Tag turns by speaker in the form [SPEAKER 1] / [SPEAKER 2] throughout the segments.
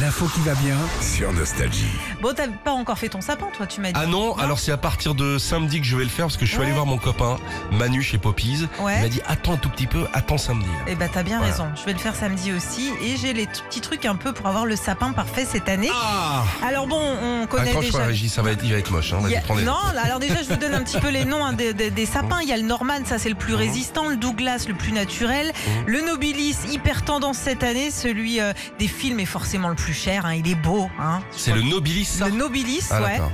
[SPEAKER 1] L'info qui va bien.
[SPEAKER 2] sur Nostalgie.
[SPEAKER 3] Bon, t'as pas encore fait ton sapin, toi, tu m'as dit.
[SPEAKER 2] Ah non, alors c'est à partir de samedi que je vais le faire parce que je suis allé voir mon copain Manu chez Poppies.
[SPEAKER 3] Ouais.
[SPEAKER 2] Ah, Il m'a dit attends un tout petit peu, attends samedi.
[SPEAKER 3] Eh ben, t'as bien
[SPEAKER 2] Voilà.
[SPEAKER 3] raison. Je vais le faire samedi aussi. Et j'ai les t- petits trucs un peu pour avoir le sapin parfait cette année.
[SPEAKER 2] Ah
[SPEAKER 3] Alors bon, on connaît
[SPEAKER 2] Accroche-toi
[SPEAKER 3] déjà.
[SPEAKER 2] Régis, ça va être, il va être moche. Hein.
[SPEAKER 3] Il
[SPEAKER 2] Vas-y,
[SPEAKER 3] y a-
[SPEAKER 2] prends les-
[SPEAKER 3] Non, là, alors déjà, je vous donne un petit peu les noms hein, des, des- des sapins. Il y a le Norman, ça c'est le plus résistant, le Douglas, le plus naturel,
[SPEAKER 2] Mhm.
[SPEAKER 3] le Nobilis, hyper tendance cette année, celui euh, des films est forcément le plus cher, hein, il est beau. Hein. Je
[SPEAKER 2] C'est
[SPEAKER 3] crois
[SPEAKER 2] le Nobilis
[SPEAKER 3] que-
[SPEAKER 2] ça
[SPEAKER 3] le Nobilis,
[SPEAKER 2] Ah
[SPEAKER 3] ouais.
[SPEAKER 2] d'accord.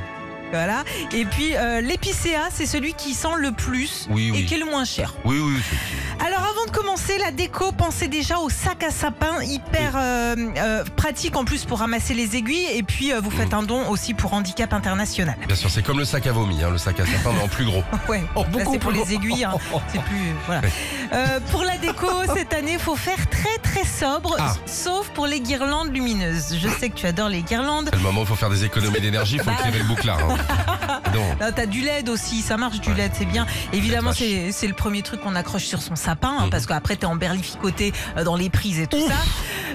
[SPEAKER 3] Voilà. Et puis euh, l'épicéa, c'est celui qui sent le plus
[SPEAKER 2] Oui,
[SPEAKER 3] et
[SPEAKER 2] oui.
[SPEAKER 3] qui est le moins cher.
[SPEAKER 2] Oui, oui, oui.
[SPEAKER 3] Alors avant de commencer la déco, pensez déjà au sac à sapin, hyper euh, euh, pratique en plus pour ramasser les aiguilles. Et puis euh, vous faites un don aussi pour Handicap International.
[SPEAKER 2] bien sûr, c'est comme le sac à vomi, hein, le sac à sapin, mais en plus gros.
[SPEAKER 3] Ouais.
[SPEAKER 2] Oh,
[SPEAKER 3] Là,
[SPEAKER 2] beaucoup
[SPEAKER 3] c'est pour
[SPEAKER 2] plus
[SPEAKER 3] les aiguilles. hein. C'est plus. Voilà.
[SPEAKER 2] Ouais.
[SPEAKER 3] Euh, pour la déco, cette année, faut faire très très sobre,
[SPEAKER 2] Ah.
[SPEAKER 3] sauf pour les guirlandes lumineuses. Je sais que tu adores les guirlandes.
[SPEAKER 2] C'est le moment où il faut faire des économies d'énergie, il faut élever le bouclard. hein. Non.
[SPEAKER 3] Là, t'as du LED aussi, ça marche du
[SPEAKER 2] Ouais.
[SPEAKER 3] LED, c'est bien. Évidemment,
[SPEAKER 2] vache.
[SPEAKER 3] c'est c'est le premier truc qu'on accroche sur son sapin, hein,
[SPEAKER 2] Mhm.
[SPEAKER 3] parce qu'après, t'es en berlificoté euh, dans les prises et tout ça.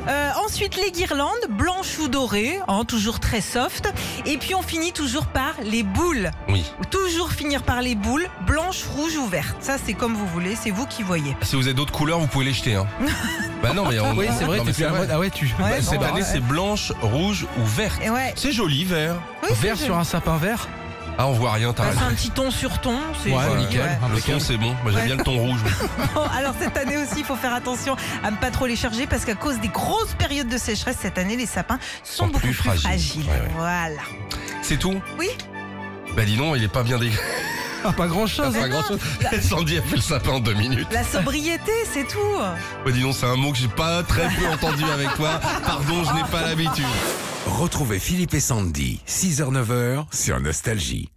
[SPEAKER 3] Euh, ensuite, les guirlandes, blanches ou dorées, hein, toujours très soft. Et puis, on finit toujours par les boules.
[SPEAKER 2] Oui.
[SPEAKER 3] Toujours finir par les boules, blanches, rouges ou vertes. Ça, c'est comme vous voulez, c'est vous qui voyez.
[SPEAKER 2] Si vous avez d'autres couleurs, vous pouvez les jeter. Hein. bah non, mais on...
[SPEAKER 1] Oui, c'est vrai,
[SPEAKER 2] non,
[SPEAKER 1] t'es
[SPEAKER 2] mais
[SPEAKER 1] plus à
[SPEAKER 2] vrai.
[SPEAKER 1] mode. Ah ouais, tu.
[SPEAKER 2] Bah,
[SPEAKER 3] Ouais,
[SPEAKER 2] Cette
[SPEAKER 3] bon,
[SPEAKER 2] année,
[SPEAKER 3] ouais.
[SPEAKER 2] c'est blanche, rouge ou verte.
[SPEAKER 3] Et ouais.
[SPEAKER 2] C'est joli, vert.
[SPEAKER 3] Oui, c'est
[SPEAKER 1] Vert
[SPEAKER 3] joli.
[SPEAKER 1] sur un sapin vert
[SPEAKER 2] Ah, on voit rien, t'as
[SPEAKER 3] Bah,
[SPEAKER 2] raison.
[SPEAKER 3] c'est un petit ton sur ton, c'est
[SPEAKER 1] Ouais,
[SPEAKER 3] joli,
[SPEAKER 1] nickel.
[SPEAKER 3] ouais.
[SPEAKER 2] Ah, Le ton,
[SPEAKER 1] Impeccable.
[SPEAKER 2] c'est bon. Moi, j'aime
[SPEAKER 3] Ouais.
[SPEAKER 2] bien le ton rouge.
[SPEAKER 3] Bon, Oh, alors cette année aussi, il faut faire attention à ne pas trop les charger parce qu'à cause des grosses périodes de sécheresse cette année, les sapins sont,
[SPEAKER 2] Sont
[SPEAKER 3] beaucoup plus
[SPEAKER 2] plus
[SPEAKER 3] fragiles.
[SPEAKER 2] fragiles. Ouais, ouais.
[SPEAKER 3] Voilà.
[SPEAKER 2] C'est tout
[SPEAKER 3] Oui.
[SPEAKER 2] Bah dis donc, il est pas bien dégueu.
[SPEAKER 1] Ah, pas grand chose.
[SPEAKER 3] Mais
[SPEAKER 2] Pas grand
[SPEAKER 3] non,
[SPEAKER 2] chose. Sandy a fait le sapin en deux minutes.
[SPEAKER 3] La sobriété, c'est tout.
[SPEAKER 2] Bah dis donc, c'est un mot que j'ai pas très peu entendu avec toi. Pardon, je n'ai pas l'habitude.
[SPEAKER 4] Retrouvez Philippe et Sandy, 6h-9h sur Nostalgie.